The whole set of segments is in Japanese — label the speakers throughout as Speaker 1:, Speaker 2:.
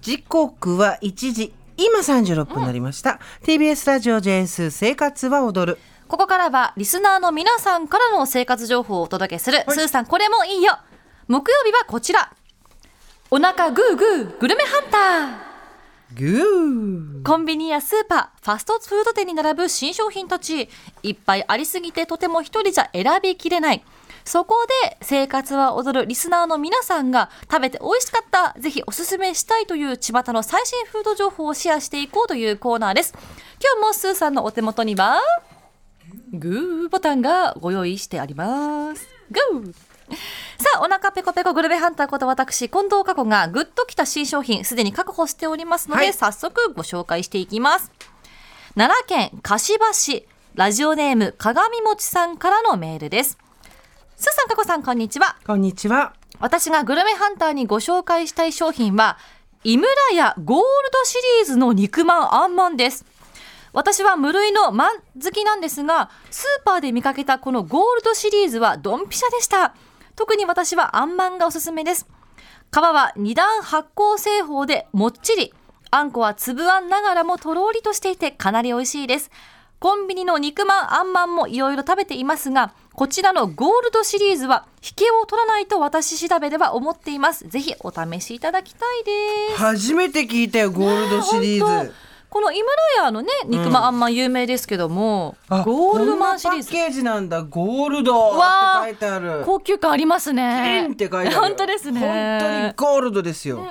Speaker 1: 時刻は1時今36分になりました、TBS ラジオ JS 生活は踊る
Speaker 2: ここからはリスナーの皆さんからの生活情報をお届けする、スーさんこれもいいよ木曜日はこちらお腹グーグーグルメハンター
Speaker 1: ぎゅー
Speaker 2: コンビニやスーパー、ファストフード店に並ぶ新商品たち、いっぱいありすぎてとても一人じゃ選びきれない。そこで生活は踊るリスナーの皆さんが食べて美味しかった、ぜひおすすめしたいという巷の最新フード情報をシェアしていこうというコーナーです。今日もスーさんのお手元には、グーボタンがご用意してあります。グーさあ、お腹ペコペコグルメハンターこと私、近藤佳子がグッときた新商品、すでに確保しておりますので、
Speaker 1: はい
Speaker 2: 早速ご紹介していきます。奈良県柏市、ラジオネーム鏡餅さんからのメールです。すーさん、佳子さん、こんにちは。
Speaker 1: こんにちは
Speaker 2: 私がグルメハンターにご紹介したい商品は、井村屋ゴールドシリーズの肉まんあんまんです。私は無類のまん好きなんですが、スーパーで見かけたこのゴールドシリーズはドンピシャでした。特に私はあんまんがおすすめです。皮は二段発酵製法でもっちり。あんこは粒あんながらもとろーりとしていてかなり美味しいです。コンビニの肉まんあんまんもいろいろ食べていますが、こちらのゴールドシリーズは引けを取らないと私調べでは思っています。ぜひお試しいただきたいです。
Speaker 1: 初めて聞いたよゴールドシリー
Speaker 2: 本
Speaker 1: ズ
Speaker 2: 当この井村屋のね肉まんあんまん有名ですけども、
Speaker 1: あ
Speaker 2: ゴールドマンシ
Speaker 1: こん
Speaker 2: リ
Speaker 1: な
Speaker 2: ー
Speaker 1: パッ
Speaker 2: ズ
Speaker 1: ケージなんだゴールドって
Speaker 2: わー
Speaker 1: 書いてある
Speaker 2: 高級感あります
Speaker 1: 金
Speaker 2: ね
Speaker 1: って書いてある
Speaker 2: 本当ですね
Speaker 1: 本当にゴールドですよ、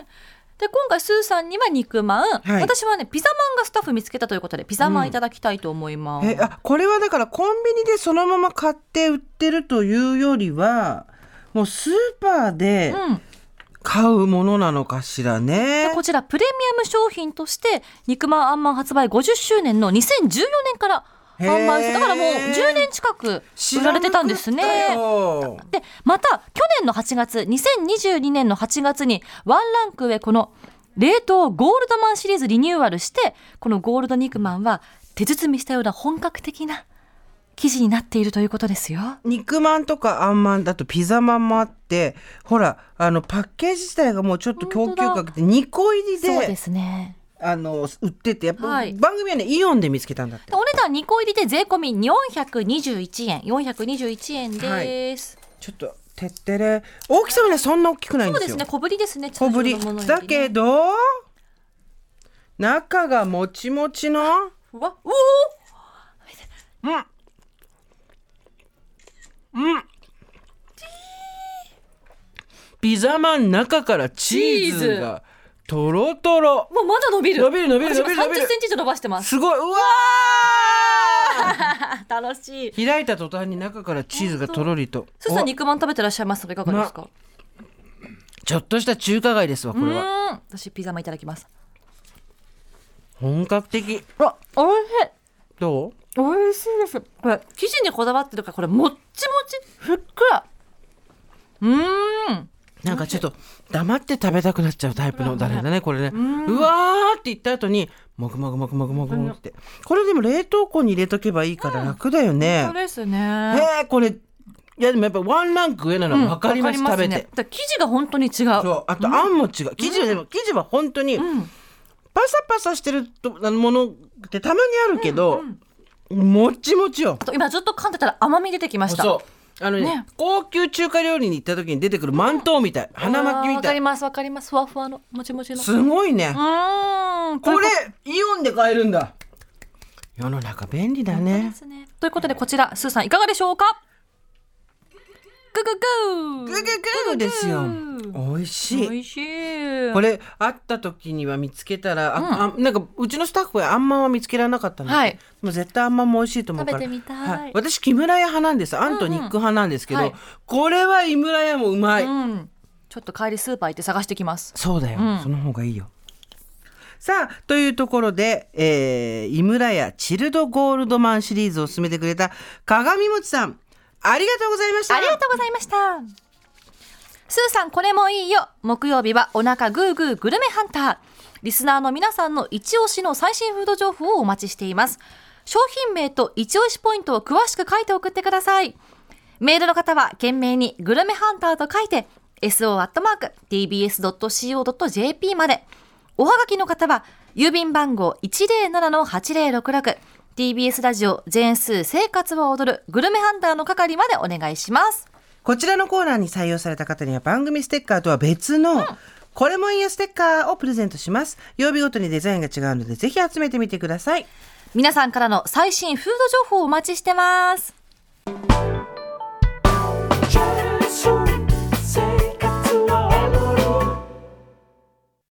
Speaker 2: で今回スーさんには肉まん、
Speaker 1: はい
Speaker 2: 私はねピザまんがスタッフ見つけたということでピザまんいただきたいと思います、
Speaker 1: えあこれはだからコンビニでそのまま買って売ってるというよりはもうスーパーで
Speaker 2: うん
Speaker 1: 買うものなのかしらね
Speaker 2: で、こちらプレミアム商品として肉まんあんまん発売50周年の2014年から
Speaker 1: へー
Speaker 2: 販売してだからもう10年近く売られてたんですね
Speaker 1: 知らなかったよ
Speaker 2: でまた去年の8月2022年の8月にワンランク上この冷凍ゴールドマンシリーズリニューアルしてこのゴールド肉まんは手包みしたような本格的な生地になっているということですよ。
Speaker 1: 肉まんとかあんまんだとピザまんもあってほらあのパッケージ自体がもうちょっと供給価って2個入り
Speaker 2: そう
Speaker 1: で
Speaker 2: ですね
Speaker 1: あの売っててやっぱ、
Speaker 2: はい
Speaker 1: 番組はねイオンで見つけたんだって
Speaker 2: でお値段2個入りで税込み421円421円です、
Speaker 1: ちょっとてってれ大きさはねそんな大きくないん
Speaker 2: そう
Speaker 1: で
Speaker 2: です
Speaker 1: よ
Speaker 2: ね小ぶりですね
Speaker 1: 小ぶり
Speaker 2: 通常のものよりね
Speaker 1: だけど中がもちもちの
Speaker 2: うわうおー
Speaker 1: うんうんピザまん中からチーズがとろとろ
Speaker 2: もうまだ伸びる
Speaker 1: 伸びる伸びる伸びる伸
Speaker 2: 3
Speaker 1: びる
Speaker 2: 0ンチ以上伸ばしてます
Speaker 1: すごいうわ
Speaker 2: 楽しい
Speaker 1: ー開いた途端に中からチーズがとろりと
Speaker 2: すーさん
Speaker 1: お
Speaker 2: 肉まん食べてらっしゃいますがいかがですか、
Speaker 1: ちょっとした中華街ですわこれは
Speaker 2: うーん私ピザもいただきます
Speaker 1: 本格的
Speaker 2: あおいしい
Speaker 1: どう
Speaker 2: おいしいですこれ生地にこだわってるからこれもっちもちふっくらうーん
Speaker 1: なんかちょっと黙って食べたくなっちゃうタイプの誰だねこれねうわーって言った後にもぐもぐもぐもぐもぐもぐってこれでも冷凍庫に入れとけばいいから楽だよね
Speaker 2: そうですね
Speaker 1: えーこれいやでもやっぱワンランク上なの
Speaker 2: うん
Speaker 1: 分かります
Speaker 2: わ
Speaker 1: 食べ
Speaker 2: ね
Speaker 1: て
Speaker 2: だから生地が本当に違う
Speaker 1: そうあとあんも違う生地はでも生地は本当に
Speaker 2: ん
Speaker 1: パサパサしてるとあのものってたまにあるけどもちもちよ
Speaker 2: あと今ずっと噛んでたら甘み出てきました
Speaker 1: そうあのね
Speaker 2: ね
Speaker 1: 高級中華料理に行った時に出てくるマントウみたい花巻
Speaker 2: あー
Speaker 1: きみ
Speaker 2: わ
Speaker 1: た
Speaker 2: か
Speaker 1: い
Speaker 2: りますわかりますふわふわのもちもちのう
Speaker 1: すごいね
Speaker 2: ーん
Speaker 1: これイオンで買えるんだ世の中便利だ
Speaker 2: で
Speaker 1: ね
Speaker 2: すねということでこちらスーさんいかがでしょうかグググ
Speaker 1: グググーですよ美味し
Speaker 2: 美
Speaker 1: い
Speaker 2: 味しい
Speaker 1: これ会った時には見つけたらあ、あなんかうちのスタッフはあんまんは見つけられなかったんだけど、
Speaker 2: はい
Speaker 1: でも絶対あんまんも美味しいと思うから
Speaker 2: 食べてみたい
Speaker 1: は私木村屋派なんですあんとニック派なんですけど、
Speaker 2: はい
Speaker 1: これは井村屋もうまい、
Speaker 2: うん、ちょっと帰りスーパー行って探してきます。
Speaker 1: そうだよ、
Speaker 2: うん
Speaker 1: その方がいいよさあというところで、えー、井村屋チルドゴールドマンシリーズを進めてくれた鏡餅さんありがとうございました
Speaker 2: ありがとうございました。スーさんこれもいいよ。木曜日はお腹グーグーグルメハンター。リスナーの皆さんの一押しの最新フード情報をお待ちしています。商品名と一押しポイントを詳しく書いて送ってください。メールの方は懸命にグルメハンターと書いて so.tbs.co.jp まで。おはがきの方は、郵便番号107-8066。TBS ラジオ全数生活を踊るグルメハンターの係までお願いします。
Speaker 1: こちらのコーナーに採用された方には番組ステッカーとは別の、これもいいよステッカーをプレゼントします。曜日ごとにデザインが違うので、ぜひ集めてみてください。
Speaker 2: 皆さんからの最新フード情報をお待ちしてます。